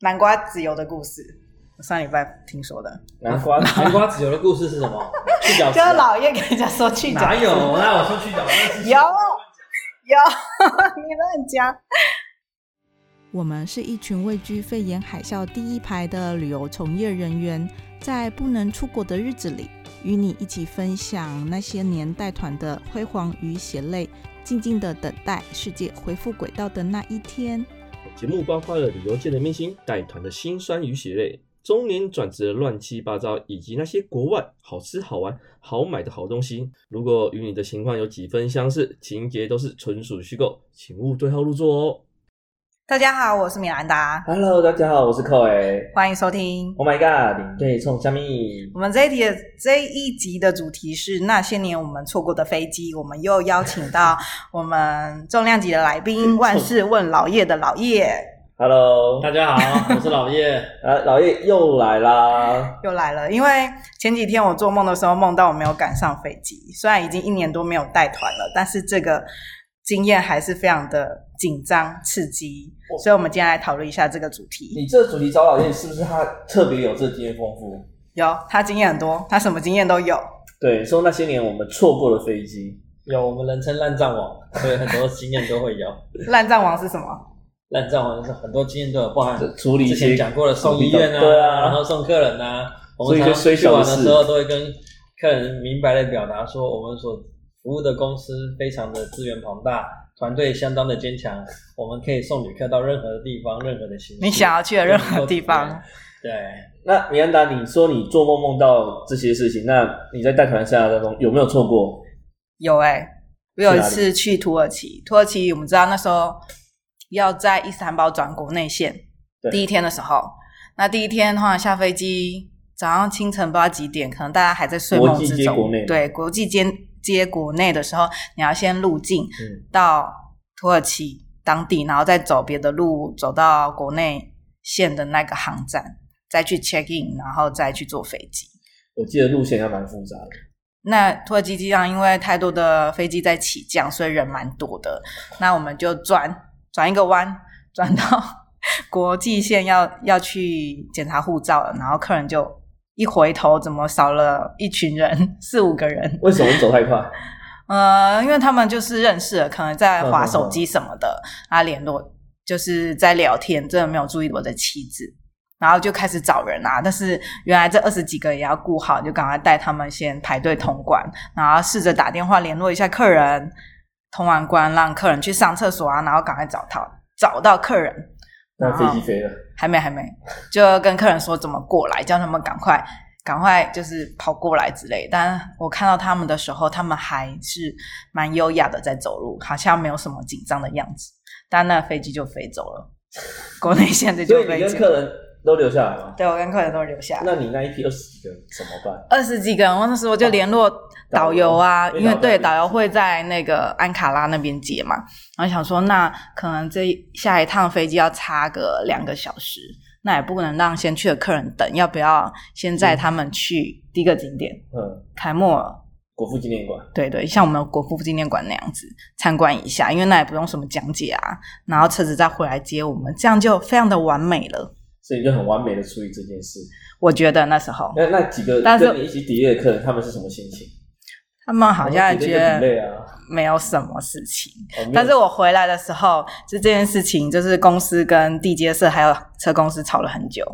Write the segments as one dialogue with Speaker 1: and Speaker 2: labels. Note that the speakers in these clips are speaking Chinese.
Speaker 1: 南瓜籽油的故事，我上礼拜听说的，
Speaker 2: 南 瓜南瓜籽油的故事是什么？去角质啊
Speaker 1: 就是老叶跟人家说去
Speaker 2: 哪
Speaker 1: 角质，
Speaker 2: 有？那我说去角质
Speaker 1: 有有， 你乱讲。
Speaker 3: 我们是一群位居肺炎海啸第一排的旅游从业人员，在不能出国的日子里，与你一起分享那些年带团的辉煌与血泪，静静的等待世界恢复轨道的那一天。
Speaker 4: 节目包括了旅游界的明星、带团的辛酸与血泪、中年转职的乱七八糟，以及那些国外好吃好玩好买的好东西。如果与你的情况有几分相似，情节都是纯属虚构，请勿对号入座哦。
Speaker 1: 大家好，我是米兰达，
Speaker 2: Hello，大家好，我是 Koy。
Speaker 1: 欢迎收听。
Speaker 4: 哦
Speaker 2: Oh my god，领队冲虾米
Speaker 1: 我，们这一题的这一集的主题是那些年我们错过的飞机，我们又邀请到我们重量级的来宾，万事问老叶的老叶
Speaker 5: Hello，
Speaker 2: 大家好，我是老 叶。
Speaker 5: 啊，老叶又来啦！
Speaker 1: 又来了。因为前几天我做梦的时候梦到我没有赶上飞机，虽然已经一年多没有带团了，但是这个经验还是非常的紧张刺激，所以我们今天来讨论一下这个主题。
Speaker 4: 嗯
Speaker 5: 你这主题找老叶是不是他特别有这经验丰富？
Speaker 1: 有他经验很多，他什么经验都有。
Speaker 5: 对，说那些年我们错过了飞机，
Speaker 2: 有我们人称烂 账网，所以很多经验都会有。
Speaker 1: 烂账王是什么？
Speaker 2: 烂账网就是很多经验都有，包含
Speaker 5: 这处理一
Speaker 2: 之前
Speaker 5: 些
Speaker 2: 讲过的送医院啊，
Speaker 5: 对
Speaker 2: 然
Speaker 5: 啊
Speaker 2: 后，送客人啊，我们
Speaker 5: 所以就虽
Speaker 2: 常常去
Speaker 5: 小
Speaker 2: 玩
Speaker 5: 的
Speaker 2: 的
Speaker 5: 事
Speaker 2: 时候都会跟客人明白的表达说，我们所服务的公司非常的资源庞大，团队相当的坚强，我们可以送旅客到任何的地方，任何的行程。
Speaker 1: 你想要去的任何地方。
Speaker 2: 对，
Speaker 5: 那米安达，你说你做梦梦到这些事情，那你在带团生涯当中有没有错过？
Speaker 1: 有哎、我有一
Speaker 5: 去哪里
Speaker 1: 次去土耳其，土耳其我们知道那时候要在伊斯坦堡转国内线，
Speaker 5: 对
Speaker 1: 第一天的时候，那第一天的话下飞机，早上清晨不知道几点，可能大家还在睡梦
Speaker 5: 国际
Speaker 1: 之
Speaker 5: 接
Speaker 1: 中。
Speaker 5: 国内
Speaker 1: 对，国际接接国内的时候，你要先入境
Speaker 5: 嗯
Speaker 1: 到土耳其当地，然后再走别的路走到国内线的那个航站，再去 check in，然后再去坐飞机。
Speaker 5: 我记得路线还蛮复杂的，
Speaker 1: 那土耳其机场因为太多的飞机在起降，所以人蛮多的。那我们就转转一个弯，转到 国际线要要去检查护照了。然后客人就一回头，怎么少了一群人，四五个人？
Speaker 5: 为什么你走太快？
Speaker 1: 呃，因为他们就是认识了，可能在划手机什么的，啊，联络就是在聊天，真的没有注意我的妻子，然后就开始找人啊。但是原来这二十几个也要顾好，就赶快带他们先排队通关，然后试着打电话联络一下客人，通完关让客人去上厕所啊，然后赶快找到找到客人，
Speaker 5: 那飞
Speaker 1: 然后
Speaker 5: 机飞了，
Speaker 1: 还没还没，就跟客人说怎么过来，叫他们赶快赶快就是跑过来之类。但我看到他们的时候，他们还是蛮优雅的在走路，好像没有什么紧张的样子。但那飞机就飞走了，国内线这
Speaker 5: 所
Speaker 1: 就
Speaker 5: 以你
Speaker 1: 飞
Speaker 5: 跟
Speaker 1: 走。
Speaker 5: 客人都留下来吗？
Speaker 1: 对我跟客人都留下来
Speaker 5: 那你那一批二十个人怎么办？
Speaker 1: 二十几个人，我那时候就联络导游啊，
Speaker 5: 导游
Speaker 1: 因为对
Speaker 5: 哦导游
Speaker 1: 导游会在那个安卡拉那边接嘛，然后想说那可能这一下一趟飞机要差个两个小时，那也不能让先去的客人等，要不要先载他们去第一个景点
Speaker 5: 嗯，
Speaker 1: 凯莫尔？
Speaker 5: 国父纪念馆。
Speaker 1: 对对，像我们国父纪念馆那样子参观一下，因为那也不用什么讲解啊，然后车子再回来接我们，这样就非常的完美了。
Speaker 5: 所以你就很完美的处理这件事。
Speaker 1: 我觉得那时候
Speaker 5: 那那几个
Speaker 1: 但是
Speaker 5: 跟你一起抵业的客人，他们是什么心情？
Speaker 1: 他们好像
Speaker 5: 觉
Speaker 1: 觉
Speaker 5: 得很累
Speaker 1: 得
Speaker 5: 啊。
Speaker 1: 没有什么事情。
Speaker 5: 哦没有
Speaker 1: 但是我回来的时候，就这件事情，就是公司跟地接社还有车公司吵了很久，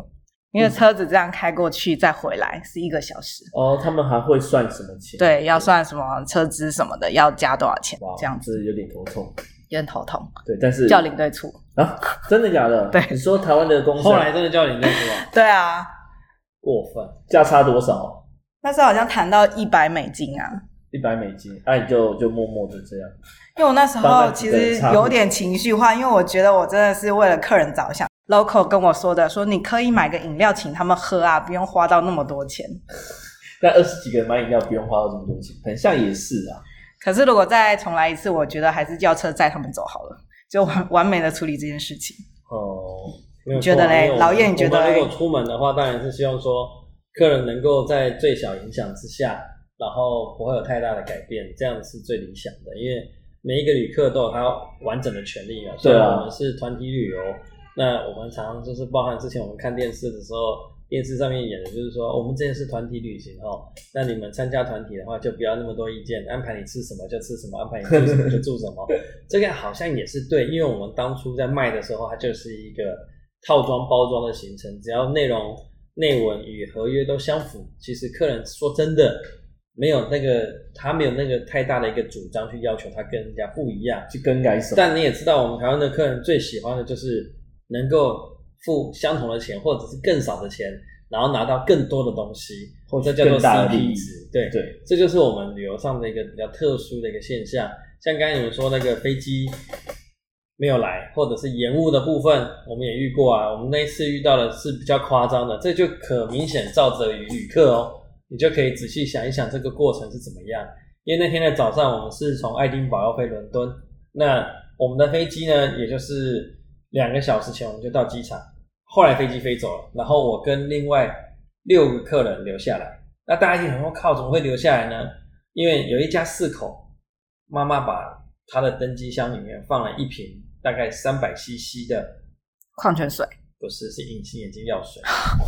Speaker 1: 因为
Speaker 5: 嗯
Speaker 1: 车子这样开过去再回来是一个小时，
Speaker 5: 哦，他们还会算什么钱？
Speaker 1: 对，要算什么车资什么的，要加多少钱
Speaker 5: 哇，，
Speaker 1: 这样子
Speaker 5: 子有点头痛。
Speaker 1: 有点头痛。
Speaker 5: 对，但是
Speaker 1: 叫领队出，
Speaker 5: 啊，真的假的？
Speaker 1: 对
Speaker 5: 你说台湾的公司啊
Speaker 2: 后来真的叫领队是吧？
Speaker 1: 对啊，
Speaker 2: 过分，
Speaker 5: 价差多少？
Speaker 1: 那时候好像谈到一百美金啊，
Speaker 5: 一百美金，那、你就就默默的这样。
Speaker 1: 因为我那时
Speaker 5: 当
Speaker 1: 候
Speaker 5: 然
Speaker 1: 其实有点情绪化，因为我觉得我真的是为了客人着想。local 跟我说的，说你可以买个饮料请他们喝啊，不用花到那么多钱。
Speaker 5: 那二十几个人买饮料不用花到这么多钱，很像也是啊。
Speaker 1: 可是如果再重来一次，我觉得还是叫车载他们走好了，就完完美的处理这件事情。
Speaker 5: 哦，
Speaker 1: 你觉得嘞
Speaker 2: 没有错啊因为我们
Speaker 1: 老叶你觉得
Speaker 2: 我们
Speaker 1: 嘞
Speaker 2: 如果出门的话，当然是希望说客人能够在最小影响之下，然后不会有太大的改变，这样是最理想的。因为每一个旅客都有他完整的权利啊。虽然
Speaker 5: 对啊
Speaker 2: 我们是团体旅游，那我们常常就是包含之前我们看电视的时候，电视上面演的就是说，我们这前是团体旅行哦，那你们参加团体的话，就不要那么多意见，安排你吃什么就吃什么，安排你住什么就住什么。这个好像也是对，因为我们当初在卖的时候，它就是一个套装包装的行程，只要内容、内文与合约都相符，其实客人说真的。没有那个，他没有那个太大的一个主张去要求他跟人家不一样，
Speaker 5: 去更改什么？
Speaker 2: 但你也知道，我们台湾的客人最喜欢的就是能够付相同的钱，或者是更少的钱，然后拿到更多的东西，
Speaker 5: 或
Speaker 2: 这
Speaker 5: 者
Speaker 2: 叫做
Speaker 5: 更大的利
Speaker 2: CP
Speaker 5: 益
Speaker 2: 值。对，
Speaker 5: 对，
Speaker 2: 这就是我们旅游上的一个比较特殊的一个现象。像刚才你们说那个飞机没有来，或者是延误的部分，我们也遇过啊。我们那一次遇到的是比较夸张的，这就可明显照着于旅客哦。你就可以仔细想一想这个过程是怎么样。因为那天的早上，我们是从爱丁堡要飞伦敦，那我们的飞机呢，也就是两个小时前我们就到机场，后来飞机飞走了，然后我跟另外六个客人留下来。那大家一想说，靠，怎么会留下来呢？因为有一家四口，妈妈把她的登机箱里面放了一瓶大概三百 CC 的，
Speaker 1: 矿泉水，
Speaker 2: 不是是隐形眼镜药 水。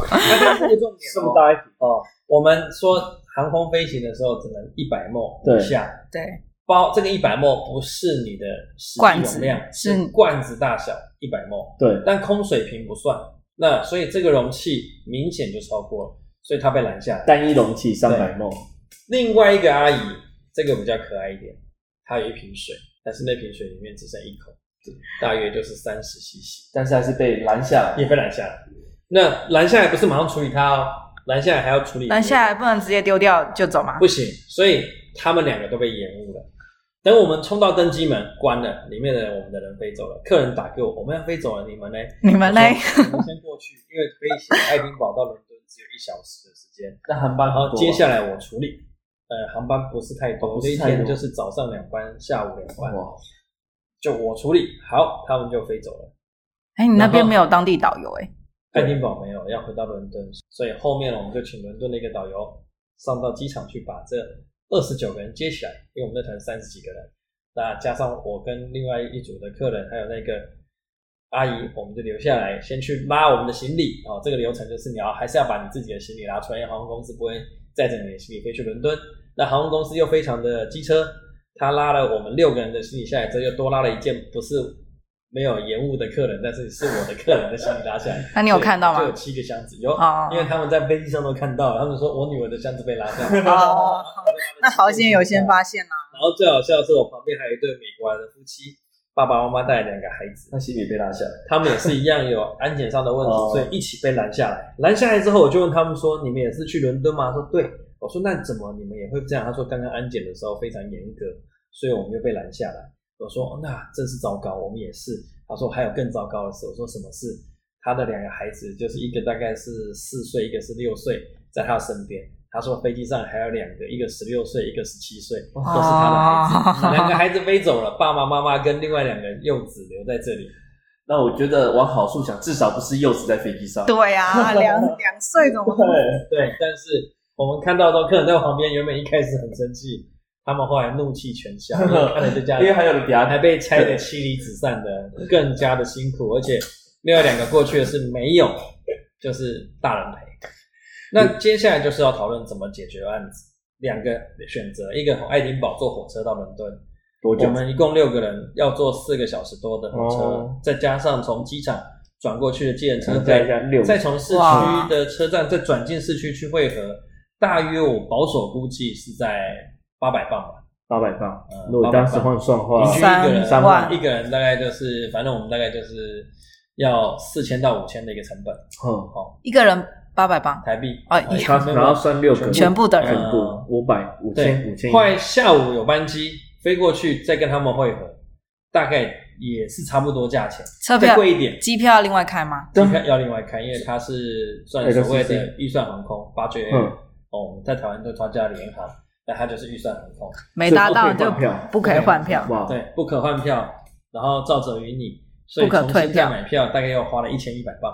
Speaker 2: 那这是一个重点、哦，
Speaker 5: 这么大一瓶
Speaker 2: 哦，我们说航空飞行的时候只能一百墨
Speaker 5: 对
Speaker 2: 以下，
Speaker 1: 对，
Speaker 2: 包这个一百墨不是你的实际
Speaker 1: 罐子
Speaker 2: 容量，
Speaker 1: 是
Speaker 2: 是罐子大小一百墨，
Speaker 5: 对，
Speaker 2: 但空水瓶不算。那所以这个容器明显就超过了，所以它被拦下来。
Speaker 5: 单一容器三百梦，
Speaker 2: 另外一个阿姨，这个比较可爱一点，她有一瓶水，但是那瓶水里面只剩一口，大约就是三十 CC。
Speaker 5: 但是还是被拦下来。
Speaker 2: 也被拦下来。那拦下来不是马上处理他哦，拦下来还要处理。
Speaker 1: 拦下来不能直接丢掉就走吗？
Speaker 2: 不行，所以他们两个都被延误了。等我们冲到登机门关了，里面的人我们的人飞走了，客人打给我，我们要飞走了，你们呢？
Speaker 1: 你们嘞？
Speaker 2: 我说我们先过去，因为飞行爱丁堡到伦敦只有一小时的时间。
Speaker 5: 那航班
Speaker 2: 然
Speaker 5: 好
Speaker 2: 后
Speaker 5: 多，
Speaker 2: 接下来我处理，呃，航班不是太
Speaker 5: 哦
Speaker 2: 多，
Speaker 5: 不
Speaker 2: 这
Speaker 5: 是
Speaker 2: 一
Speaker 5: 太多
Speaker 2: 天就是早上两班，下午两班，
Speaker 5: 哇，
Speaker 2: 就我处理好，他们就飞走了。
Speaker 1: 哎，你那
Speaker 2: 然
Speaker 1: 边
Speaker 2: 后
Speaker 1: 没有当地导游哎、
Speaker 2: 爱丁堡没有，要回到伦敦，所以后面我们就请伦敦的一个导游上到机场去把这二十九个人接起来，因为我们那团三十几个人，那加上我跟另外一组的客人还有那个阿姨，我们就留下来先去拉我们的行李哦。这个流程就是你要还是要把你自己的行李拉出来，因为航空公司不会载着你的行李飞去伦敦。那航空公司又非常的机车，他拉了我们六个人的行李下来，这又多拉了一件不是没有延误的客人，但是是我的客人的行李拉下来。
Speaker 1: 那你有看到吗
Speaker 2: 就有七个箱子，有，
Speaker 1: 哦
Speaker 2: 因为他们在飞机上都看到了，他们说我女儿的箱子被 拉下来。
Speaker 1: 哦，那好险有先发现啦、
Speaker 2: 然后最好笑的是，我旁边还有一对美国来的夫妻，爸爸妈妈带了两个孩子，
Speaker 5: 那行李被拉下来，
Speaker 2: 他们也是一样有安检上的问题，
Speaker 5: 哦
Speaker 2: 所以一起被拦下来。拦下来之后，我就问他们说：“你们也是去伦敦吗？”说：“对。”我说：“那怎么你们也会这样？”他说：“刚刚安检的时候非常严格，所以我们又被拦下来。”我说：“哦那真是糟糕，我们也是。”他说：“还有更糟糕的事。”我说：“什么事？”他的两个孩子，就是一个大概是四岁，一个是六岁，在他身边。他说飞机上还有两个，一个十六岁，一个十七岁，都是他的孩子。
Speaker 1: 哦
Speaker 2: 两个孩子飞走了，爸爸妈妈跟另外两个幼子留在这里。
Speaker 5: 那我觉得往好处想，至少不是柚子在飞机上。
Speaker 1: 对呀、两两岁怎么？
Speaker 5: 对，
Speaker 2: 对，但是我们看到的客人在旁边，原本一开始很生气，他们后来怒气全 消，因为看了这家
Speaker 5: 因为还有人比他
Speaker 2: 还被拆得妻离子散的，更加的辛苦，而且另外两个过去的是没有，就是 大人陪。那接下来就是要讨论怎么解决案子，两个选择，一个从爱丁堡坐火车到伦敦，
Speaker 5: 多久
Speaker 2: 我？们一共六个人，要坐四个小时多的火车，
Speaker 5: 哦
Speaker 2: 再加上从机场转过去的计程车
Speaker 5: 再加
Speaker 2: 费，
Speaker 5: 上六个
Speaker 2: 再从市
Speaker 1: 哇
Speaker 2: 区的车站再转进市区去汇合，大约我保守估计是在八百磅吧。
Speaker 5: 八百磅
Speaker 2: 嗯。
Speaker 5: 如果当时换算的话
Speaker 2: 平，均一个人
Speaker 5: 三万
Speaker 2: 一个人大概就是，反正我们大概就是要四千到五千的一个成本，
Speaker 5: 嗯，
Speaker 1: 一个人八百磅，
Speaker 2: 台币。
Speaker 1: 哦
Speaker 2: 呃
Speaker 1: 一
Speaker 5: 他然后算六个，
Speaker 1: 全部的人
Speaker 5: 全部五百五千五
Speaker 2: 对，
Speaker 5: 千一，
Speaker 2: 后来下午有班机飞过去，再跟他们汇合，大概也是差不多价钱，
Speaker 1: 车
Speaker 2: 再
Speaker 1: 票、
Speaker 2: 贵一点。
Speaker 1: 机票要另外开吗？
Speaker 2: 机票要另外开，因为它是算所谓的预算航空八九 A，
Speaker 5: 嗯
Speaker 2: 哦，我们在台湾就它叫联航，那它就是预算航空，
Speaker 1: 没搭到
Speaker 5: 所以不可以
Speaker 1: 就
Speaker 5: 换票
Speaker 1: 不可以换票。
Speaker 5: 哇，
Speaker 2: 对，不可换票，然后照着于你，所以
Speaker 1: 不可
Speaker 2: 重
Speaker 1: 退票
Speaker 2: 新再买票大概要花了一千一百磅，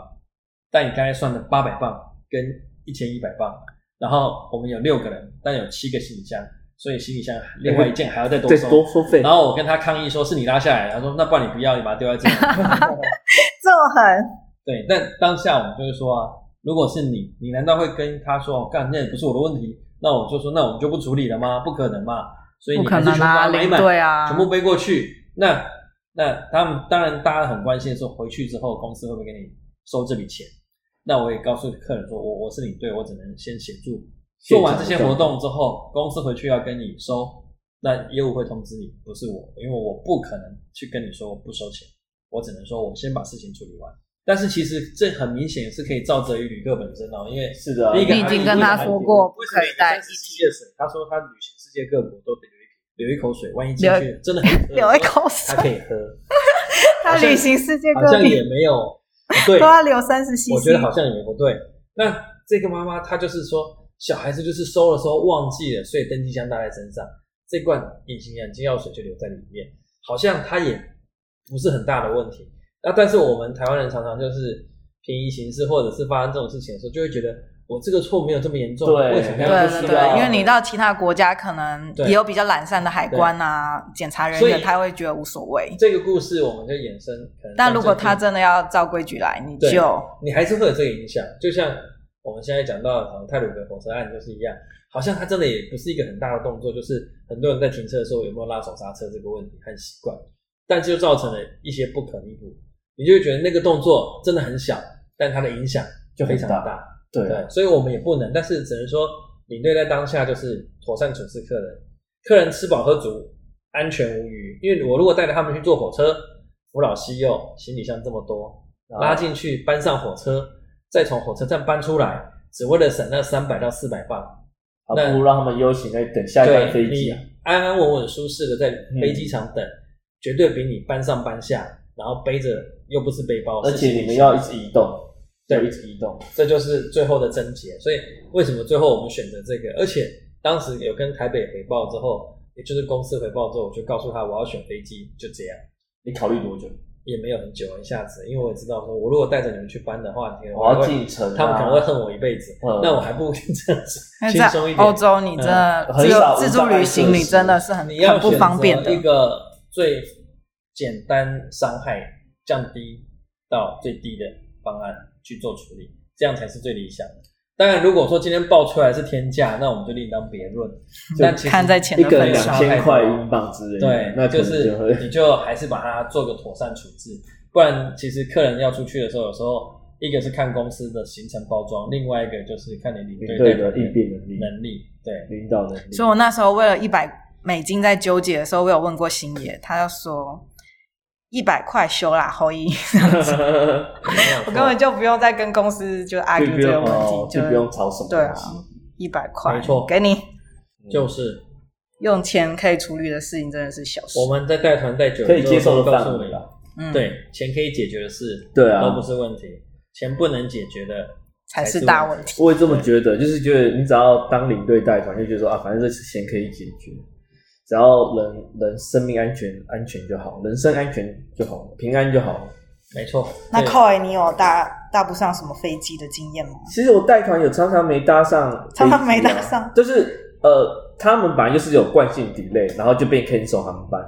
Speaker 2: 但你刚才算的八百磅跟一千一百磅，然后我们有六个人，但有七个行李箱，所以行李箱另外一件还要再多
Speaker 5: 对，多
Speaker 2: 收。
Speaker 5: 收费
Speaker 2: 然。后我跟他抗议说是你拉下来的，他说那不然你不要，你把它丢在这里。
Speaker 1: 这么狠，
Speaker 2: 对，但当下我们就会说啊，如果是你，你难道会跟他说，哦干，那也不是我的问题？那我就说，那我们就不处理了吗？不可能嘛，所以
Speaker 1: 不
Speaker 2: 你还
Speaker 1: 可
Speaker 2: 是
Speaker 1: 能
Speaker 2: 全部
Speaker 1: 啊，
Speaker 2: 把它买一
Speaker 1: 领
Speaker 2: 买，
Speaker 1: 队啊，
Speaker 2: 全部背过去。那那他们当然大家很关心说，回去之后公司会不会给你收这笔钱？那我也告诉客人说，我我是领队，我只能先协助。做完这些活动之后，公司回去要跟你收，那业务会通知你，不是我，因为我不可能去跟你说我不收钱，我只能说我先把事情处理完。但是其实这很明显是可以照责于旅客本身哦，因为
Speaker 5: 是的啊，
Speaker 2: 第一个
Speaker 1: 你已经呃跟他说过不可以带
Speaker 2: 一体的水，他说他旅行世界各国都得留 一流一口水，万一进
Speaker 1: 流
Speaker 2: 去真的很渴
Speaker 1: 流一口水
Speaker 2: 他可以喝，
Speaker 1: 他
Speaker 2: 好像
Speaker 1: 旅行世界
Speaker 2: 好
Speaker 1: 各
Speaker 2: 像也
Speaker 1: 地
Speaker 2: 没有不对
Speaker 1: 都，要留三十 cc，
Speaker 2: 我觉得好像也不对。那这个妈妈她就是说，小孩子就是收的时候忘记了，所以登机箱带在身上，这罐隐形眼镜药水就留在里面，好像它也不是很大的问题。那但是我们台湾人常常就是便宜行事，或者是发生这种事情的时候，就会觉得我这个错没有这么严重，
Speaker 5: 对
Speaker 2: 为什么
Speaker 5: 当然
Speaker 2: 要
Speaker 1: 对对
Speaker 5: 不需
Speaker 2: 去
Speaker 5: 要
Speaker 1: 对，因为你到其他国家可能
Speaker 2: 对
Speaker 1: 也有比较懒散的海关啊、检查人
Speaker 2: 所
Speaker 1: 员，
Speaker 2: 以
Speaker 1: 他会觉得无所谓。
Speaker 2: 这个故事我们就衍生，可能
Speaker 1: 但如果他
Speaker 2: 真。
Speaker 1: 真的要照规矩来，你
Speaker 2: 对
Speaker 1: 就
Speaker 2: 哦你还是会有这个影响。就像我们现在讲到的，好像泰鲁格火车案就是一样，好像它真的也不是一个很大的动作，就是很多人在停车的时候有没有拉手刹车这个问题和习惯，但是就造成了一些不可弥补。你就会觉得那个动作真的很小，但它的影响就非
Speaker 5: 很
Speaker 2: 常
Speaker 5: 大
Speaker 2: 大。
Speaker 5: 对啊
Speaker 2: 对，所以我们也不能，但是只能说领队在当下就是妥善处置客人，客人吃饱喝足，安全无虞。因为我如果带着他们去坐火车，扶老西幼，行李箱这么多，拉进去搬上火车，再从火车站搬出来，只为了省那三百到四百磅。
Speaker 5: 好不如让他们悠闲在等下一
Speaker 2: 对
Speaker 5: 班飞机
Speaker 2: 你
Speaker 5: 啊。嗯
Speaker 2: 安安稳稳、舒适的在飞机场等，绝对比你搬上搬下，然后背着又不是背包，
Speaker 5: 而
Speaker 2: 是
Speaker 5: 且
Speaker 2: 行李
Speaker 5: 你们
Speaker 2: 箱
Speaker 5: 要一直移动，
Speaker 2: 对
Speaker 5: 要一直移动。
Speaker 2: 这就是最后的症结。所以为什么最后我们选择这个？而且当时有跟台北回报之后，也就是公司回报之后，我就告诉他我要选飞机，就这样，
Speaker 5: 你考虑多久？
Speaker 2: 也没有很久，一下子，因为我也知道说，我如果带着你们去搬的话，你可能
Speaker 5: 我要
Speaker 2: 会
Speaker 5: 进城啊，
Speaker 2: 他们可能会恨我一辈子。
Speaker 5: 嗯
Speaker 2: 那我还不如这样子
Speaker 1: 因为
Speaker 2: 轻
Speaker 1: 在
Speaker 2: 松一点。
Speaker 1: 欧洲，你真的
Speaker 5: 嗯
Speaker 1: 只
Speaker 5: 很
Speaker 1: 有
Speaker 5: 少
Speaker 1: 自助旅行，你真的是很
Speaker 2: 啊你要
Speaker 1: 很不方便的
Speaker 2: 选择一。个最简单伤害降低到最低的方案去做处理，这样才是最理想的。当然，如果说今天爆出来是天价，那我们就另当别 论。但其实
Speaker 1: 看在钱
Speaker 5: 一
Speaker 1: 的
Speaker 5: 个
Speaker 1: 份
Speaker 5: 人
Speaker 2: 两
Speaker 1: 上，
Speaker 5: 两千块英镑之类的，
Speaker 2: 对，
Speaker 5: 那可
Speaker 2: 就
Speaker 5: 能
Speaker 2: 是
Speaker 5: 会
Speaker 2: 你就还是把它做个妥善处置，不然其实客人要出去的时候，有时候一个是看公司的行程包装，另外一个就是看你领
Speaker 5: 领
Speaker 2: 队
Speaker 5: 队
Speaker 2: 带
Speaker 5: 的
Speaker 2: 团
Speaker 5: 应变能力、
Speaker 2: 能力。对，
Speaker 5: 领导能力。
Speaker 1: 所以我那时候为了一百美金在纠结的时候，我有问过星爷，他就说一百块修啦，后 羿， 我根本就不用再跟公司就 argue 这个问
Speaker 5: 哦
Speaker 1: 题，
Speaker 5: 就不用
Speaker 1: 就
Speaker 5: 吵什么
Speaker 1: 对啊
Speaker 5: 东西，
Speaker 1: 一百块，
Speaker 2: 没错
Speaker 1: 给你
Speaker 2: 就是
Speaker 1: 用钱可以处理的事情真的是小事。
Speaker 2: 我们在带团带久了
Speaker 5: 可以
Speaker 2: 之后
Speaker 5: 接受的
Speaker 2: 告诉
Speaker 5: 范围
Speaker 2: 你
Speaker 5: 啦。
Speaker 1: 嗯，
Speaker 2: 对，钱可以解决的事，
Speaker 5: 对啊
Speaker 2: 都不是问题。钱不能解决的
Speaker 1: 才是大问
Speaker 2: 题。
Speaker 1: 题。
Speaker 5: 我也这么觉得，就是觉得你只要当领队带团，就觉得说啊，反正这钱可以解决，只要人人生命安全安全就好，人身安全就好，平安就好。
Speaker 2: 没错，
Speaker 1: 那
Speaker 2: 对
Speaker 1: 寇尔，你有搭搭不上什么飞机的经验吗？
Speaker 5: 其实我带团有常常没搭上飞机啊、
Speaker 1: 常常没搭上
Speaker 5: 就是呃，他们本来就是有惯性 delay，然后就被 cancel 航班。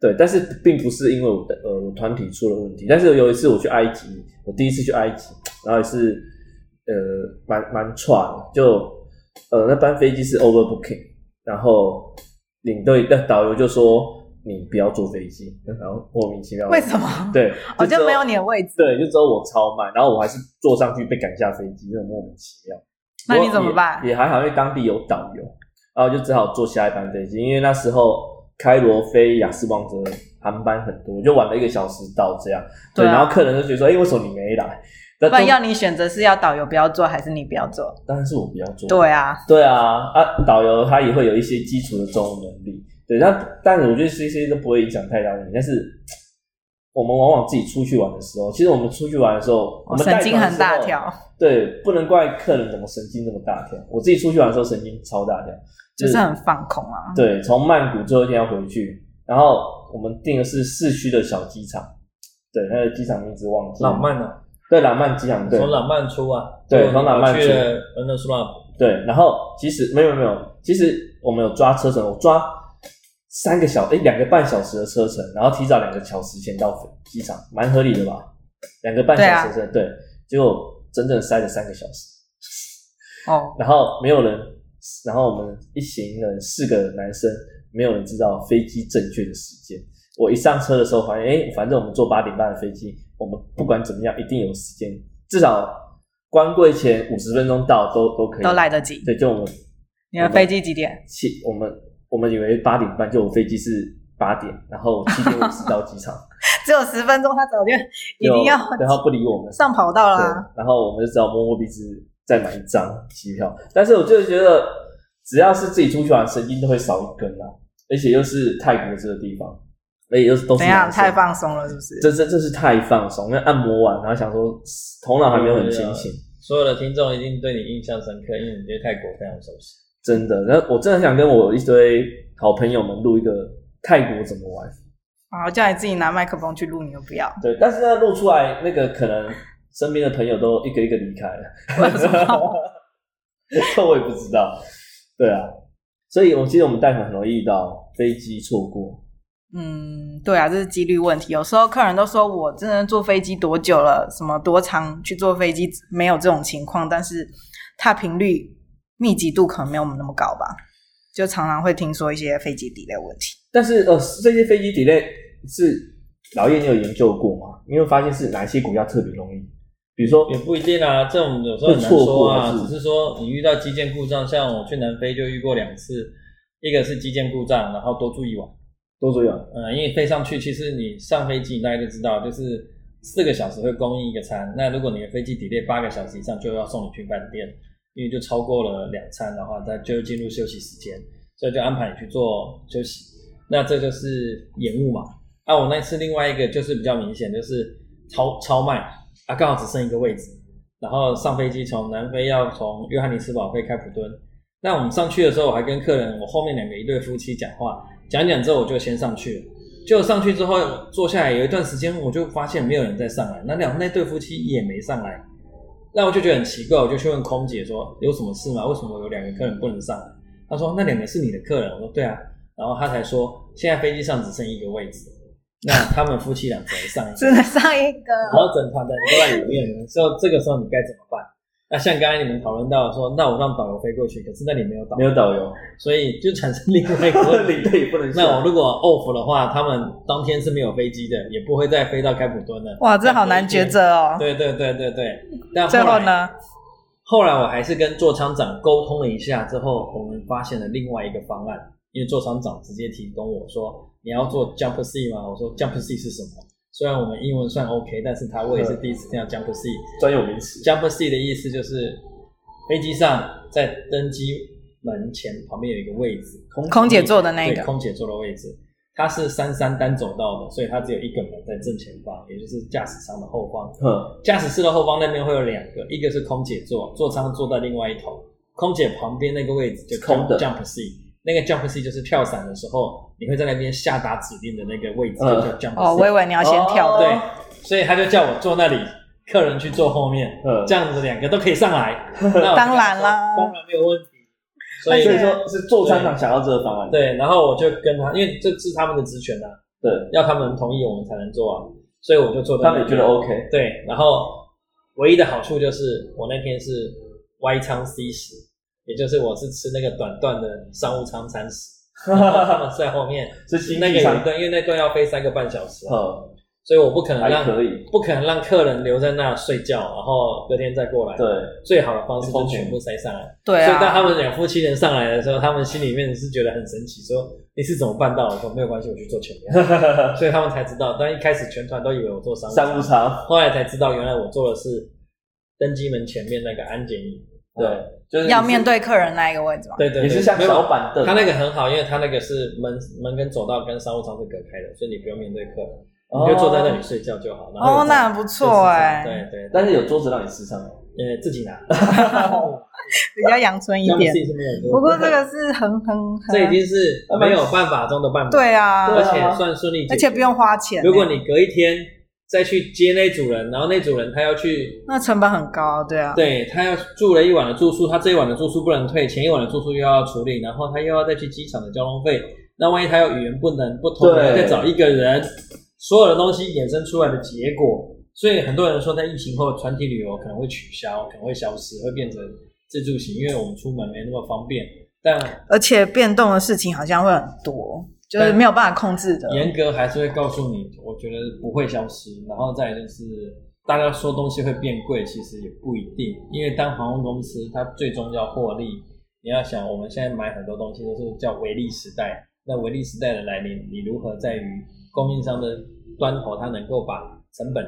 Speaker 5: 对，但是并不是因为我的呃我团体出了问题，但是有一次我去埃及，我第一次去埃及，然后也是呃蛮蛮串的，就呃那班飞机是 overbooking，然后领队那导游就说你不要坐飞机，然后莫名其妙
Speaker 1: 为什 么？
Speaker 5: 对，
Speaker 1: 我
Speaker 5: 只
Speaker 1: 就
Speaker 5: 有
Speaker 1: 没有你的位置，
Speaker 5: 对，就只有我超慢，然后我还是坐上去被赶下飞机，真的莫名其妙。
Speaker 1: 那你
Speaker 5: 不过
Speaker 1: 怎么
Speaker 5: 也
Speaker 1: 办
Speaker 5: 也还好，因为当地有导游，然后就只好坐下一班飞机，因为那时候开罗飞雅斯旺泽航班很多，就晚了一个小时到这样。
Speaker 1: 对啊
Speaker 5: 然后客人就觉得说，哎、为什么你没来？那
Speaker 1: 不然
Speaker 5: 都
Speaker 1: 要你选择是要导游不要做，还是你不要做？
Speaker 5: 当然是我不要坐。
Speaker 1: 对啊，
Speaker 5: 对啊，啊，导游他也会有一些基础的中文能力，对，那但是我觉得这些都不会影响太大你。但是我们往往自己出去玩的时候，其实我们出去玩的时候，我
Speaker 1: 我
Speaker 5: 们
Speaker 1: 神
Speaker 5: 带团的
Speaker 1: 经很大
Speaker 5: 时候
Speaker 1: 条，
Speaker 5: 对，不能怪客人怎么神经这么大条。我自己出去玩的时候神经超大条，
Speaker 1: 就是很放空啊。
Speaker 5: 对，从曼谷最后一天要回去，然后我们订的是市区的小机场，对，那个机场名字忘记了，
Speaker 2: 浪漫啊，
Speaker 5: 对朗曼机场，对
Speaker 2: 从朗曼出啊，
Speaker 5: 对
Speaker 2: 就
Speaker 5: 从朗曼
Speaker 2: 我
Speaker 5: 出
Speaker 2: 去了伦敦苏拉姆，
Speaker 5: 对，然后其实没有没有，其实我们有抓车程，我抓三个小哎两个半小时的车程，然后提早两个小时前到机场，蛮合理的吧？两个半小
Speaker 1: 啊
Speaker 5: 时的车程，对，结果整整塞了三个小时，
Speaker 1: 哦，
Speaker 5: 然后没有人，然后我们一行人四个男生，没有人知道飞机正确的时间。我一上车的时候发现，哎，反正我们坐八点半的飞机，我们不管怎么样一定有时间，至少关柜前五十分钟到都都可以，
Speaker 1: 都来得及。
Speaker 5: 对，就我们
Speaker 1: 你的飞机几点？
Speaker 5: 七，我们我们以为八点半，就我飞机是八点，然后七点五 十到机场，
Speaker 1: 只有十分钟，他早就 一
Speaker 5: 就
Speaker 1: 定要
Speaker 5: 然后不理我们，
Speaker 1: 上跑道
Speaker 5: 对
Speaker 1: 啦。，
Speaker 5: 然后我们就只好摸摸鼻子再买一张机票。但是我就是觉得，只要是自己出去玩，神经都会少一根啊，而且又是泰国这个地方，而且又是都是
Speaker 1: 怎样？
Speaker 5: 男生
Speaker 1: 太放松了，是不是？
Speaker 5: 这这这是太放松，那按摩完，然后想说头脑还没有很清醒，
Speaker 2: 所有的听众一定对你印象深刻，因为你对泰国非常熟悉。
Speaker 5: 真的，然后我真的很想跟我一堆好朋友们录一个泰国怎么玩。
Speaker 1: 然后叫你自己拿麦克风去录，你又不要。
Speaker 5: 对，但是呢，录出来那个可能身边的朋友都一个一个离开了，这我也不知道。对啊，所以我记得我们带团很容易遇到飞机错过，
Speaker 1: 嗯，对啊，这是几率问题。有时候客人都说我真的坐飞机多久了，什么多长去坐飞机，没有这种情况，但是踏频率密集度可能没有我们那么高吧，就常常会听说一些飞机底类问题。
Speaker 5: 但是呃，这些飞机 delay 是老叶你有研究过吗？你有发现是哪些国家特别容易？比如说
Speaker 2: 也不一定啊，这种有时候很难说
Speaker 5: 会错过
Speaker 2: 啊，
Speaker 5: 是
Speaker 2: 只是说你遇到基建故障，像我去南非就遇过两次，一个是基建故障，然后多住一晚，
Speaker 5: 多 久有？
Speaker 2: 嗯，因为飞上去，其实你上飞机你大概就知道，就是四个小时会供应一个餐，那如果你的飞机 delay 八个小时以上，就要送你去饭店，因为就超过了两餐的话，那就进入休息时间，所以就安排你去做休息，那这就是延误嘛。啊，我那次另外一个就是比较明显，就是超超卖啊，刚好只剩一个位置，然后上飞机从南非要从约翰尼斯堡飞开普敦。那我们上去的时候，我还跟客人，我后面两个一对夫妻讲话，讲一讲之后我就先上去了。就上去之后坐下来有一段时间，我就发现没有人再上来，那两那对夫妻也没上来，那我就觉得很奇怪，我就去问空姐说有什么事吗？为什么有两个客人不能上来？她说那两个是你的客人，我说对啊，然后她才说现在飞机上只剩一个位置，那他们夫妻俩只能上一个，
Speaker 1: 真的上一个，
Speaker 2: 然后整团的人都在里面了，所以这个时候你该怎么办？那像刚才你们讨论到说，那我让导游飞过去，可是那里没有导
Speaker 5: 没
Speaker 2: 游，
Speaker 5: 有导游，
Speaker 2: 所以就产生另外一个问题
Speaker 5: 领队也不能下
Speaker 2: 那我如果 off 的话，他们当天是没有飞机的，也不会再飞到开普敦的。
Speaker 1: 哇，这好难抉择哦。
Speaker 2: 对对对对对。但
Speaker 1: 最
Speaker 2: 后
Speaker 1: 后
Speaker 2: 来
Speaker 1: 呢？
Speaker 2: 后来我还是跟座舱长沟通了一下之后，我们发现了另外一个方案，因为座舱长直接提供我说你要做 jump C 吗？我说 jump C 是什么？虽然我们英文算 OK，但是他我也是第一次听到 jump C。
Speaker 5: 专有名词。
Speaker 2: jump C 的意思就是飞机上在登机门前旁边有一个位置，空
Speaker 1: 空姐坐的那个
Speaker 2: 对空姐坐的位置，它是三三单走道的，所以它只有一个门在正前方，也就是驾驶舱的后方。
Speaker 5: 哼，
Speaker 2: 驾驶室的后方那边会有两个，一个是空姐座，座舱坐在另外一头，空姐旁边那个位置就
Speaker 5: 空的
Speaker 2: jump C。那个 jump C 就是跳伞的时候，你会在那边下达指令的那个位置，就
Speaker 5: 嗯
Speaker 2: 叫 jump C。
Speaker 1: 哦，我以为你要先跳的。
Speaker 2: 对，所以他就叫我坐那里，客人去坐后面，
Speaker 5: 嗯
Speaker 2: 这样子两个都可以 上来。那我就跟他说
Speaker 1: 当然啦
Speaker 2: 当然没有问题。所以
Speaker 5: 所以说是座舱长想要这个方案，
Speaker 2: 对，然后我就跟他，因为这是他们的职权啊，
Speaker 5: 对，
Speaker 2: 要他们同意我们才能做啊，所以我就坐在
Speaker 5: 他
Speaker 2: 那里。
Speaker 5: 们也觉得 OK，。
Speaker 2: 对，然后唯一的好处就是我那天是 Y 舱 C 十，也就是我是吃那个短段的商务舱餐食，然后他们是在后面
Speaker 5: 是经
Speaker 2: 那
Speaker 5: 济
Speaker 2: 个有一
Speaker 5: 舱，
Speaker 2: 段，因为那段要飞三个半小时啊、
Speaker 5: 嗯，
Speaker 2: 所以我不可能
Speaker 5: 还
Speaker 2: 让
Speaker 5: 可以，
Speaker 2: 不可能让客人留在那睡觉，然后隔天再过来。
Speaker 5: 对，，
Speaker 2: 最好的方式就是全部塞上来。
Speaker 1: 对
Speaker 2: 所以当
Speaker 1: 啊
Speaker 2: 他，们两夫妻人上来的时候，他们心里面是觉得很神奇，说你是怎么办到的？我说没有关系，我去坐前面。 所以他们才知道，但一开始全团都以为我坐商务
Speaker 5: 商务
Speaker 2: 舱，
Speaker 5: 舱，
Speaker 2: 后来才知道原来我坐的是登机门前面那个安检椅。
Speaker 5: 对，就是
Speaker 1: 要面对客人那一个位置嘛。
Speaker 2: 对对对，
Speaker 5: 也是像
Speaker 2: 没有
Speaker 5: 小板凳
Speaker 2: 他那个很好，因为他那个是门门跟走道跟商务舱是隔开的，所以你不用面对客人，
Speaker 5: 哦
Speaker 2: 你就坐在那里睡觉就好。然后
Speaker 1: 哦，那很不错哎、
Speaker 2: 对对，
Speaker 5: 但是有桌子让你吃上吗？
Speaker 2: 呃自己拿，
Speaker 1: 哦比较阳春一
Speaker 2: 这样
Speaker 1: 点
Speaker 2: 自。己是
Speaker 1: 不
Speaker 2: 没有做
Speaker 1: 过
Speaker 2: 的。
Speaker 1: 这个是很很很，
Speaker 2: 这已经是没有办法中的办法，
Speaker 1: 嗯对啊，
Speaker 2: 而且算顺利解决，
Speaker 1: 而且不用花钱欸。
Speaker 2: 如果你隔一天再去接那组人，然后那组人他要去，
Speaker 1: 那成本很高，对啊，
Speaker 2: 对他要住了一晚的住宿，他这一晚的住宿不能退，前一晚的住宿又要处理，然后他又要再去机场的交通费，那万一他有语言不能不通，
Speaker 5: 对
Speaker 2: 再找一个人，所有的东西衍生出来的结果，所以很多人说，在疫情后，团体旅游可能会取消，可能会消失，会变成自助型，因为我们出门没那么方便，但
Speaker 1: 而且变动的事情好像会很多，就是
Speaker 2: 对
Speaker 1: 没有办法控制的。
Speaker 2: 严格还是会告诉你，我觉得不会消失。然后再来就是，大家说东西会变贵，其实也不一定，因为当航空公司，它最终要获利。你要想，我们现在买很多东西都是叫微利时代，那微利时代的来临，你如何在于供应商的端头，它能够把成本、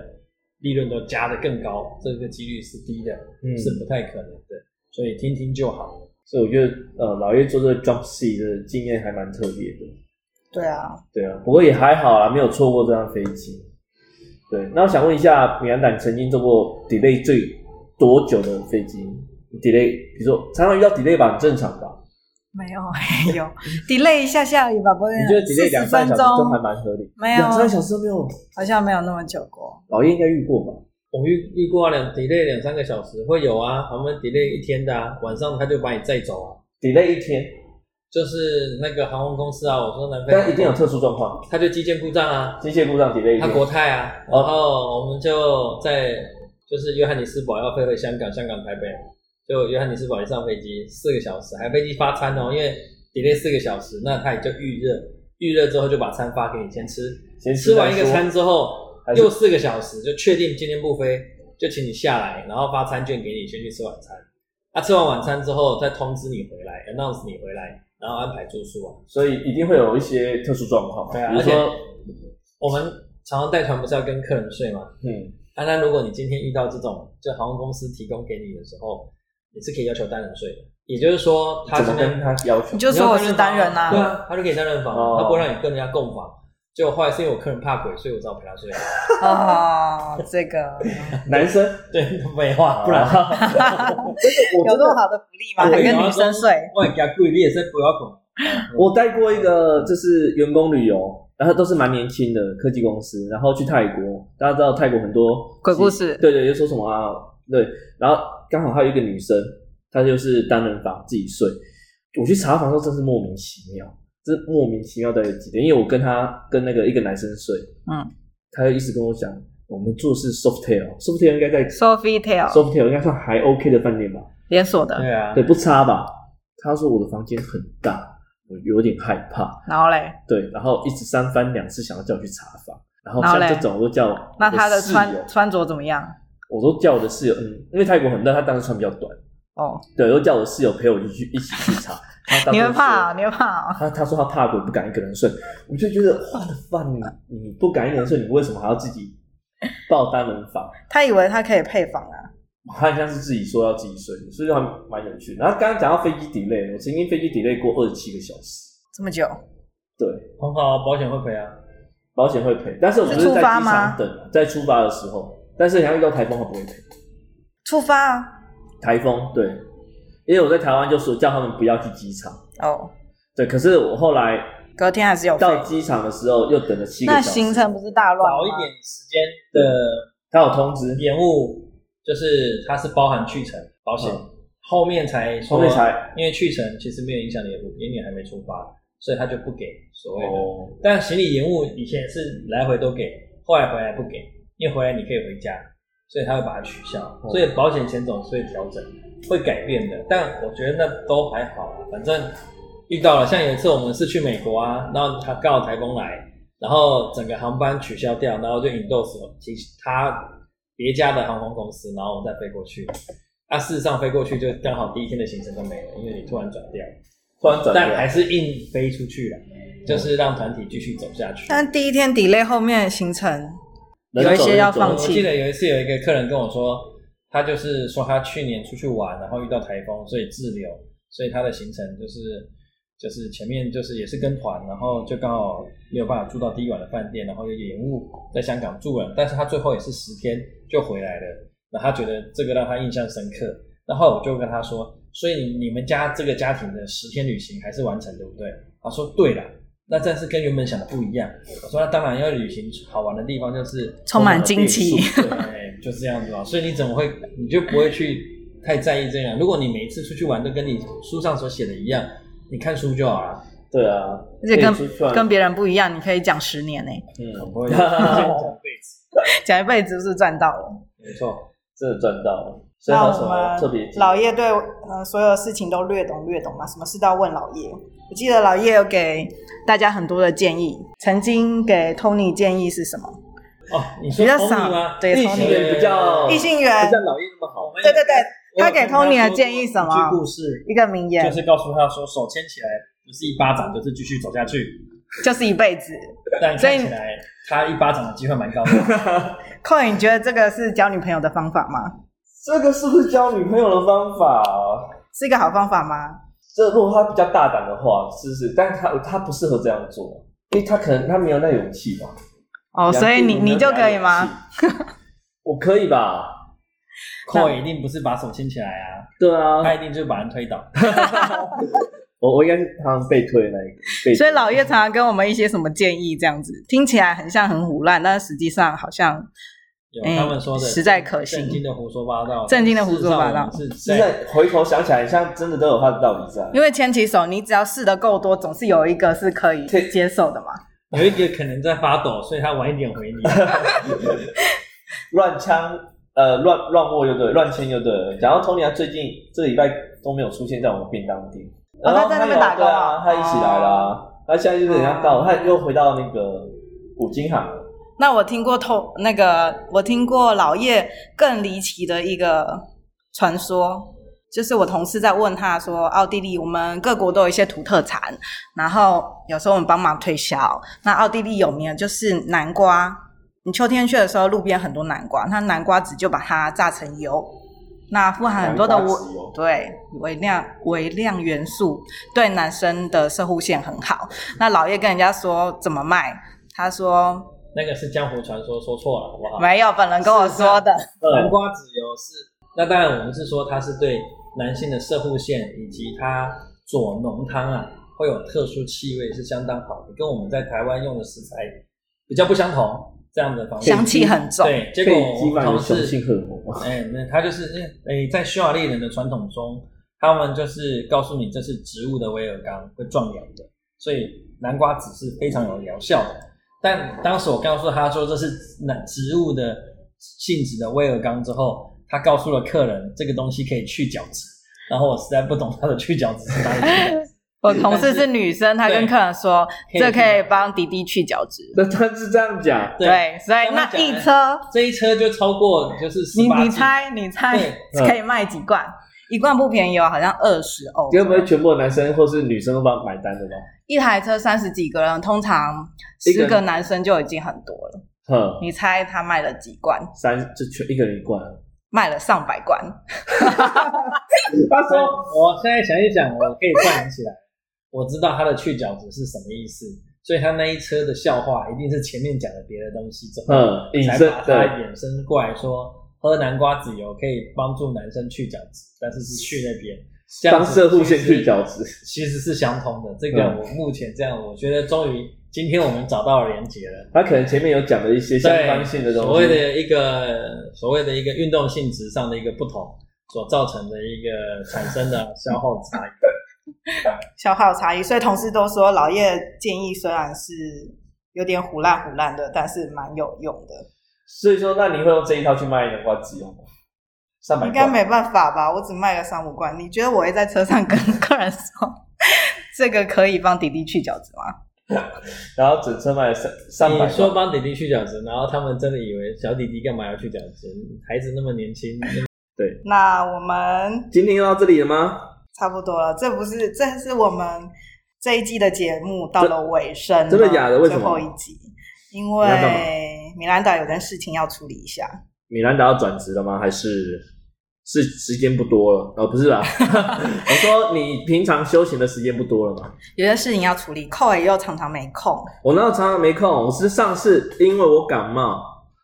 Speaker 2: 利润都加得更高，这个几率是低的，
Speaker 5: 嗯
Speaker 2: 是不太可能的。所以听听就好。
Speaker 5: 所以我觉得呃老叶做这个 drop C 的经验还蛮特别的。
Speaker 1: 对啊，
Speaker 5: 对啊，不过也还好啦，没有错过这趟飞机。对，那我想问一下，米兰达你曾经坐过 delay 最多久的飞机？delay，比如说常常遇到 delay 吧，很正常吧？
Speaker 1: 没有没有 delay 一下下而已吧，不会
Speaker 5: 你觉得 delay 两
Speaker 1: 40
Speaker 5: 三
Speaker 1: 啊分
Speaker 5: 小时
Speaker 1: 钟
Speaker 5: 都还蛮合理？
Speaker 1: 没有
Speaker 5: 两三小时都没有，
Speaker 1: 好像没有那么久过。
Speaker 5: 老叶应该遇过吧？
Speaker 2: 我遇遇过啊，两 delay 两三个小时会有啊，我们 delay 一天的啊，晚上他就把你载走啊，
Speaker 5: delay 一天，
Speaker 2: 就是那个航空公司啊，我说南非，
Speaker 5: 但一定有特殊状况，
Speaker 2: 他就基建故障啊，
Speaker 5: 机械故障 delay 一
Speaker 2: 他
Speaker 5: 天。
Speaker 2: 国泰啊，然后我们就在就是约翰尼斯堡要飞回香港，香港台北，啊就约翰尼斯堡一上飞机四个小时，还飞机发餐哦，因为 delay 四个小时，那他也就预热，预热之后就把餐发给你先吃，
Speaker 5: 先
Speaker 2: 吃完一个
Speaker 5: 再说
Speaker 2: 餐之后
Speaker 5: 还，是
Speaker 2: 又四个小时就确定今天不飞，就请你下来，然后发餐券给你，先去吃晚餐。啊，吃完晚餐之后再通知你回来，announce 你回来，然后安排住宿啊。
Speaker 5: 所以一定会有一些特殊状况，
Speaker 2: 对啊
Speaker 5: 比如说，
Speaker 2: 我们常常带团不是要跟客人睡吗？
Speaker 5: 嗯，
Speaker 2: 当然，如果你今天遇到这种，就航空公司提供给你的时候，你是可以要求单人睡的。也就是说，他
Speaker 5: 怎么
Speaker 2: 今天
Speaker 5: 跟他要求
Speaker 1: 你？就说我是单人
Speaker 2: 对
Speaker 1: 啊，
Speaker 2: 啊，他就可以单人房，
Speaker 5: 哦
Speaker 2: 他不会让你跟人家共房。结果后来是因为我客人怕鬼，所以我只好陪他睡。
Speaker 1: 啊，这个
Speaker 5: 男生，
Speaker 2: 对，废话，不然
Speaker 5: 啊
Speaker 1: 有
Speaker 5: 我真
Speaker 1: 这么
Speaker 5: 的
Speaker 1: 好的福利吗？还跟女生睡？
Speaker 2: 我也给他跪你也是不要滚。
Speaker 5: 我带过一个就是员工旅游，然后都是蛮年轻的科技公司，然后去泰国，大家知道泰国很多
Speaker 1: 鬼故事
Speaker 5: 对对，就说什么啊，对，然后刚好还有一个女生，她就是单人房自己睡，我去查房的时候真是莫名其妙，真是莫名其妙的几点，因为我跟她跟那个一个男生睡，
Speaker 1: 嗯，
Speaker 5: 他就一直跟我讲，我们做的是 Softail，Softail
Speaker 1: 哦
Speaker 5: 应该在
Speaker 1: Sofitel
Speaker 5: Softail 应该算还 OK 的饭店吧。
Speaker 1: 连锁的，
Speaker 2: 对啊，
Speaker 5: 对，不差吧？他说我的房间很大，我有点害怕。
Speaker 1: 然后嘞，
Speaker 5: 对，然后一直三番两次想要叫我去查房，然后
Speaker 1: 然后
Speaker 5: 像
Speaker 1: 嘞
Speaker 5: 这种我都叫我
Speaker 1: 那他的
Speaker 5: 室友
Speaker 1: 穿穿着怎么样？
Speaker 5: 我都叫我的室友，嗯，因为泰国很大，他当时穿比较短，
Speaker 1: 哦，
Speaker 5: 对，都叫我室友陪我一起去一起去 查。他当
Speaker 1: 你
Speaker 5: 时
Speaker 1: 会怕啊？
Speaker 5: 说
Speaker 1: 你会怕啊？
Speaker 5: 他他说他怕鬼，不敢一个人睡，我就觉得我的饭你你不敢一个人睡，你为什么还要自己报单人房？
Speaker 1: 他以为他可以配房啊，
Speaker 5: 他好像是自己说要自己睡，所以就还蛮有趣的。然后刚刚讲到飞机 delay，我曾经飞机 delay 过二十七个小时，
Speaker 1: 这么久，
Speaker 5: 对，
Speaker 2: 很好，保险会赔啊。
Speaker 5: 保险会赔，但是我们
Speaker 1: 是
Speaker 5: 是在
Speaker 1: 出
Speaker 5: 机
Speaker 1: 发吗
Speaker 5: 场等，在出发的时候，但是你要遇到台风，它不会赔。
Speaker 1: 出发啊，
Speaker 5: 台风对，因为我在台湾就说叫他们不要去机场，
Speaker 1: 哦，
Speaker 5: 对。可是我后来
Speaker 1: 隔天还是有
Speaker 5: 到
Speaker 1: 飞。
Speaker 5: 机场的时候又等了七个
Speaker 1: 那
Speaker 5: 小时，
Speaker 1: 行程不是大乱吗
Speaker 2: 早一点时间的
Speaker 5: 他有通知，
Speaker 2: 延误，就是它是包含去程保险，
Speaker 5: 嗯
Speaker 2: 后面才说
Speaker 5: 后面才
Speaker 2: 因为去程其实没有影响你的因为你还没出发，所以他就不给所谓的。
Speaker 5: 哦，
Speaker 2: 但行李延误以前是来回都给，后来回来不给，因为回来你可以回家，所以他会把它取消。
Speaker 5: 哦
Speaker 2: 所以保险险种是会调整，会改变的。但我觉得那都还好啊，反正遇到了。像有一次我们是去美国啊，然后他刚好台风来，然后整个航班取消掉，然后就引逗什么其他别家的航空公司，然后我再飞过去。啊，事实上飞过去就刚好第一天的行程都没了，因为你突然转掉，
Speaker 5: 突然转
Speaker 2: 但
Speaker 5: 变，
Speaker 2: 还是硬飞出去了，就是让团体继续走下去。呃
Speaker 1: 但第一天 delay 后面行程，
Speaker 5: 人走
Speaker 1: 有一些要放
Speaker 5: 人
Speaker 2: 我
Speaker 5: 走
Speaker 1: 弃
Speaker 2: 记得有一次有一个客人跟我说，他就是说他去年出去玩，然后遇到台风，所以滞留，所以他的行程就是就是前面就是也是跟团，然后就刚好没有办法住到第一晚的饭店，然后又延误在香港住了，但是他最后也是十天就回来了，那他觉得这个让他印象深刻，然后我就跟他说，所以你们家这个家庭的十天旅行还是完成对不对？他说对了。那但是跟原本想的不一样。我说那当然要旅行好玩的地方就是
Speaker 1: 充满惊奇
Speaker 2: 充满变数对，就是这样子嘛。所以你怎么会你就不会去太在意这样？如果你每一次出去玩都跟你书上所写的一样，你看书就好了。
Speaker 5: 对啊，
Speaker 1: 而且
Speaker 5: 可以出去
Speaker 1: 跟
Speaker 5: 玩
Speaker 1: 跟别人不一样，你可以讲十年呢、欸
Speaker 2: 我
Speaker 5: 嗯，
Speaker 2: 不 会讲辈子，
Speaker 1: 讲一辈子是赚到了。
Speaker 2: 没错。
Speaker 5: 真的赚到了。所以
Speaker 1: 那
Speaker 5: 还有
Speaker 1: 我
Speaker 5: 什么
Speaker 1: 们
Speaker 5: 特别？
Speaker 1: 老叶对呃所有事情都略懂略懂嘛，什么事都要问老叶。我记得老叶有给大家很多的建议，曾经给 Tony 建议是什么？
Speaker 2: 哦，你说
Speaker 1: 比较
Speaker 2: Tony
Speaker 1: 少
Speaker 2: 吗？
Speaker 1: 对
Speaker 5: 异性恋比较
Speaker 1: 异性缘
Speaker 5: 不像哎老叶那么好，
Speaker 1: 对对对，他给 Tony 的
Speaker 2: 说
Speaker 1: 建议什
Speaker 2: 一
Speaker 1: 么
Speaker 2: 句？故事
Speaker 1: 一个名言，
Speaker 2: 就是告诉他说，手牵起来不是一巴掌，就是继续走下去。
Speaker 1: 就是一辈子。
Speaker 2: 但
Speaker 1: 所以
Speaker 2: 看起来他一巴掌的机会 蛮高的。
Speaker 1: 寇影，你觉得这个是交女朋友的方法吗？
Speaker 5: 这个是不是交女朋友的方法啊？
Speaker 1: 是一个好方法吗？
Speaker 5: 这如果他比较大胆的话，是不是？但是他他不适合这样做，因为他可能他没有那勇气吧。
Speaker 1: 哦，所以你
Speaker 5: 杨定宇没有
Speaker 1: 你就可以
Speaker 5: 那
Speaker 1: 吗？
Speaker 5: 勇气？我可以吧？
Speaker 2: 寇一定不是把手牵起来啊，
Speaker 5: 对啊，
Speaker 2: 他一定就是把人推倒。
Speaker 5: 我我应该是他们被推的那一个。被
Speaker 1: 所以老叶常常跟我们一些什么建议这样子，听起来很像很胡乱，但是实际上好像
Speaker 2: 有
Speaker 1: 哎
Speaker 2: 他们说的
Speaker 1: 实在可信
Speaker 2: 正经的胡说八道，
Speaker 1: 正经的胡说八道
Speaker 2: 事实上
Speaker 5: 现
Speaker 2: 我们是在
Speaker 5: 在回头想起来，像真的都有他的道理在。
Speaker 1: 因为牵起手，你只要试的够多，总是有一个是可以
Speaker 5: 对
Speaker 1: 接受的嘛。
Speaker 2: 有一个可能在发抖，所以他晚一点回你。
Speaker 5: 乱枪呃乱乱握就对，乱签就对了。然后 Tony 他最近这个礼拜都没有出现在我们便当店，
Speaker 1: 哦
Speaker 5: 然
Speaker 1: 他
Speaker 5: 后
Speaker 1: 在那边
Speaker 5: 有
Speaker 1: 打工哦
Speaker 5: 对啊
Speaker 1: 啊，
Speaker 5: 他一起来啦、他现在就是人家到，
Speaker 1: 哦
Speaker 5: 他又回到那个五金行了。
Speaker 1: 那我听过透那个，我听过老叶更离奇的一个传说，就是我同事在问他说，奥地利我们各国都有一些土特产，然后有时候我们帮忙推销。那奥地利有名的就是南瓜，你秋天去的时候，路边很多南瓜，那南瓜籽就把它榨成油，那富含很多的
Speaker 5: 南瓜
Speaker 1: 微
Speaker 5: 籽油
Speaker 1: 对微量微量元素，对男生的射护腺很好。那老叶跟人家说怎么卖，他说。
Speaker 2: 那个是江湖传说，说错了好不好？
Speaker 1: 没有，本人跟我说的。
Speaker 2: 南
Speaker 5: 嗯，
Speaker 2: 瓜籽油是，那当然我们是说它是对男性的射护腺以及它左浓汤啊，会有特殊气味，是相当好的，跟我们在台湾用的食材比较不相同，这样的方式。
Speaker 1: 香气很重，
Speaker 2: 对，结
Speaker 5: 可
Speaker 2: 果
Speaker 5: 以
Speaker 2: 我
Speaker 5: 激发
Speaker 2: 们
Speaker 5: 你
Speaker 2: 同
Speaker 5: 的雄
Speaker 2: 事
Speaker 5: 性荷尔蒙吗？
Speaker 2: 哎，那他就是哎，在匈牙利人的传统中，他们就是告诉你这是植物的威尔刚，会壮阳的，所以南瓜籽是非常有疗效的。但当时我告诉他说这是那植物的性质的威尔刚之后，他告诉了客人这个东西可以去角质，然后我实在不懂他的去角质 是哪里去角质。
Speaker 1: 我同事是女生，她跟客人说，
Speaker 2: 对
Speaker 1: 这可以帮迪迪去角质。
Speaker 5: 那他是这样讲，
Speaker 1: 对，所以那一车，
Speaker 2: 这一车就超过就是
Speaker 1: 你
Speaker 2: 18
Speaker 1: 你
Speaker 2: 斤
Speaker 1: 猜，你猜
Speaker 5: 对
Speaker 1: 可以卖几罐？一罐不便宜哦，好像二十欧。
Speaker 5: 该不会全部的男生或是女生都帮买单的吧？
Speaker 1: 一台车三十几个人，通常
Speaker 5: 一个
Speaker 1: 十
Speaker 5: 人
Speaker 1: 个男生就已经很多了。
Speaker 5: 哼，
Speaker 1: 你猜他卖了几罐？
Speaker 5: 三就全一个人一罐。
Speaker 1: 卖了上百罐。
Speaker 5: 他
Speaker 2: 说
Speaker 5: 说，
Speaker 2: 我现在想一想，我可以串联起来，我知道他的去角质是什么意思，所以他那一车的笑话一定是前面讲的别的东西之后，
Speaker 5: 嗯，隐
Speaker 2: 才
Speaker 5: 身
Speaker 2: 把它
Speaker 5: 对，
Speaker 2: 衍生过来说。喝南瓜籽油可以帮助男生去角质，但是是去那边，这样
Speaker 5: 当
Speaker 2: 子
Speaker 5: 射护线去角
Speaker 2: 质
Speaker 5: 质。
Speaker 2: 其实是相通的。这个
Speaker 5: 嗯
Speaker 2: 我目前这样，我觉得终于今天我们找到了连结了。
Speaker 5: 他可能前面有讲的一些相关性的东西，
Speaker 2: 所谓的一个所谓的一个运动性质上的一个不同，所造成的一个产生的消耗差异。
Speaker 1: 消耗差异，所以同事都说老叶建议虽然是有点胡烂胡烂的，但是蛮有用的。
Speaker 5: 所以说，那你会用这一套去卖南瓜籽油吗？三百
Speaker 1: 应该
Speaker 5: 块，
Speaker 1: 没办法吧？我只卖个三五罐，你觉得我会在车上跟 客人说这个可以帮弟弟去角质吗？
Speaker 5: 然后整车卖了三 三百
Speaker 2: 你说
Speaker 5: 块，
Speaker 2: 帮弟弟去角质，然后他们真的以为小弟弟干嘛要去角质？孩子那么年轻，
Speaker 5: 对，
Speaker 1: 那我们
Speaker 5: 今天就到这里了吗？
Speaker 1: 差不多了，这不是这是我们这一季的节目到了尾声了，
Speaker 5: 真的假的为什么
Speaker 1: 最后一集，因
Speaker 5: 你要干嘛
Speaker 1: 为米兰达有件事情要处理一下，
Speaker 5: 米兰达要转职了吗？还是是时间不多了？哦，不是啦，我说你平常休闲的时间不多了吗？
Speaker 1: 有些事情要处理，寇也又常常没空，
Speaker 5: 我那常常没空，我是上次因为我感冒，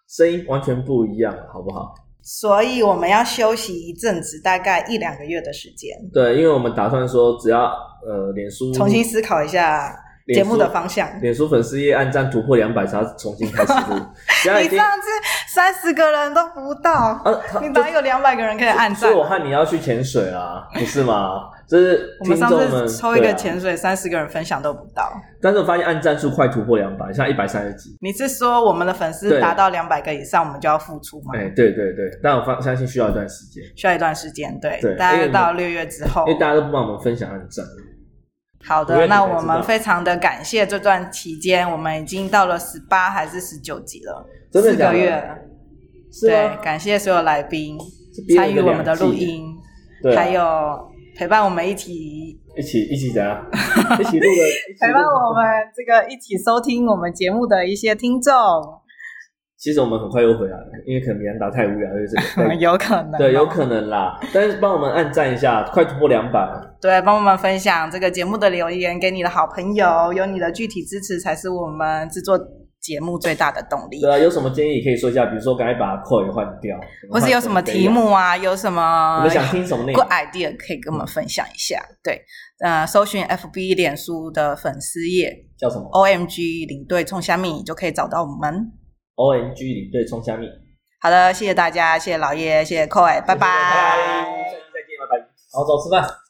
Speaker 5: 声音完全不一样，好不好？
Speaker 1: 所以我们要休息一阵子，大概一两个月的时间，
Speaker 5: 对，因为我们打算说，只要呃，脸书
Speaker 1: 重新思考一下节目的方向。
Speaker 5: 脸书粉丝页按赞突破两百，才要重新开始 录。现在已
Speaker 1: 你
Speaker 5: 经
Speaker 1: 上次三十个人都不到，
Speaker 5: 啊，他
Speaker 1: 你哪有两百个人可以按
Speaker 5: 所
Speaker 1: 赞
Speaker 5: 以？我和你要去潜水啦，不是吗？这是
Speaker 1: 我
Speaker 5: 听
Speaker 1: 们上
Speaker 5: 众们
Speaker 1: 次抽一个
Speaker 5: 对啊
Speaker 1: 潜水，三十个人分享都不到。
Speaker 5: 但是我发现按赞数快突破两百，像一百三十几。
Speaker 1: 你是说我们的粉丝
Speaker 5: 对
Speaker 1: 达到两百个以上，我们就要付出吗？
Speaker 5: 哎、对对对，但我发相信需要一段时间，
Speaker 1: 需要一段时间，对，
Speaker 5: 对
Speaker 1: 大
Speaker 5: 因
Speaker 1: 概
Speaker 5: 为
Speaker 1: 到六月之后
Speaker 5: 因为。大家都不帮我们分享按赞。
Speaker 1: 好
Speaker 5: 五月
Speaker 1: 的，
Speaker 5: 底才
Speaker 1: 那我
Speaker 5: 知道
Speaker 1: 们非常的感谢这段期间，我们已经到了十八还是十九集了，
Speaker 5: 真的
Speaker 1: 四
Speaker 5: 假
Speaker 1: 个
Speaker 5: 的
Speaker 1: 月了。
Speaker 5: 是
Speaker 1: 对，
Speaker 5: 吗？
Speaker 1: 感谢所有来宾
Speaker 5: 是憋了
Speaker 1: 参与
Speaker 5: 个
Speaker 1: 我们的
Speaker 5: 两季
Speaker 1: 录音，
Speaker 5: 对啊
Speaker 1: 还有陪伴我们一起
Speaker 5: 一起一起怎样？一起录 的，一 起
Speaker 1: 陪
Speaker 5: 录
Speaker 1: 伴
Speaker 5: 的
Speaker 1: 我们这个一起收听我们节目的一些听众，
Speaker 5: 其实我们很快又回来了，因为可能米兰达太无 聊，就是这个
Speaker 1: 有可能哦
Speaker 5: 对，有可能啦。但是帮我们按赞一下，快突破两百。
Speaker 1: 对，帮我们分享这个节目的留言给你的好朋友，有你的具体支持才是我们制作节目最大的动力
Speaker 5: 对。啊，有什么建议也可以说一下，比如说赶快把扣也换掉，
Speaker 1: 或是有什么题目啊，有什
Speaker 5: 我
Speaker 1: 么
Speaker 5: 们想听什么内容
Speaker 1: good？idea 可以跟我们分享一下？对，呃，搜寻 FB 脸书的粉丝页
Speaker 5: 叫什么
Speaker 1: OMG 领队冲虾米就可以找到我们。
Speaker 5: ？O N G 领队冲虾米，
Speaker 1: 好的，谢谢大家，谢谢老爷，谢谢 Coy，拜拜
Speaker 5: 拜拜，下期再见，拜拜。
Speaker 2: 好，走，吃饭。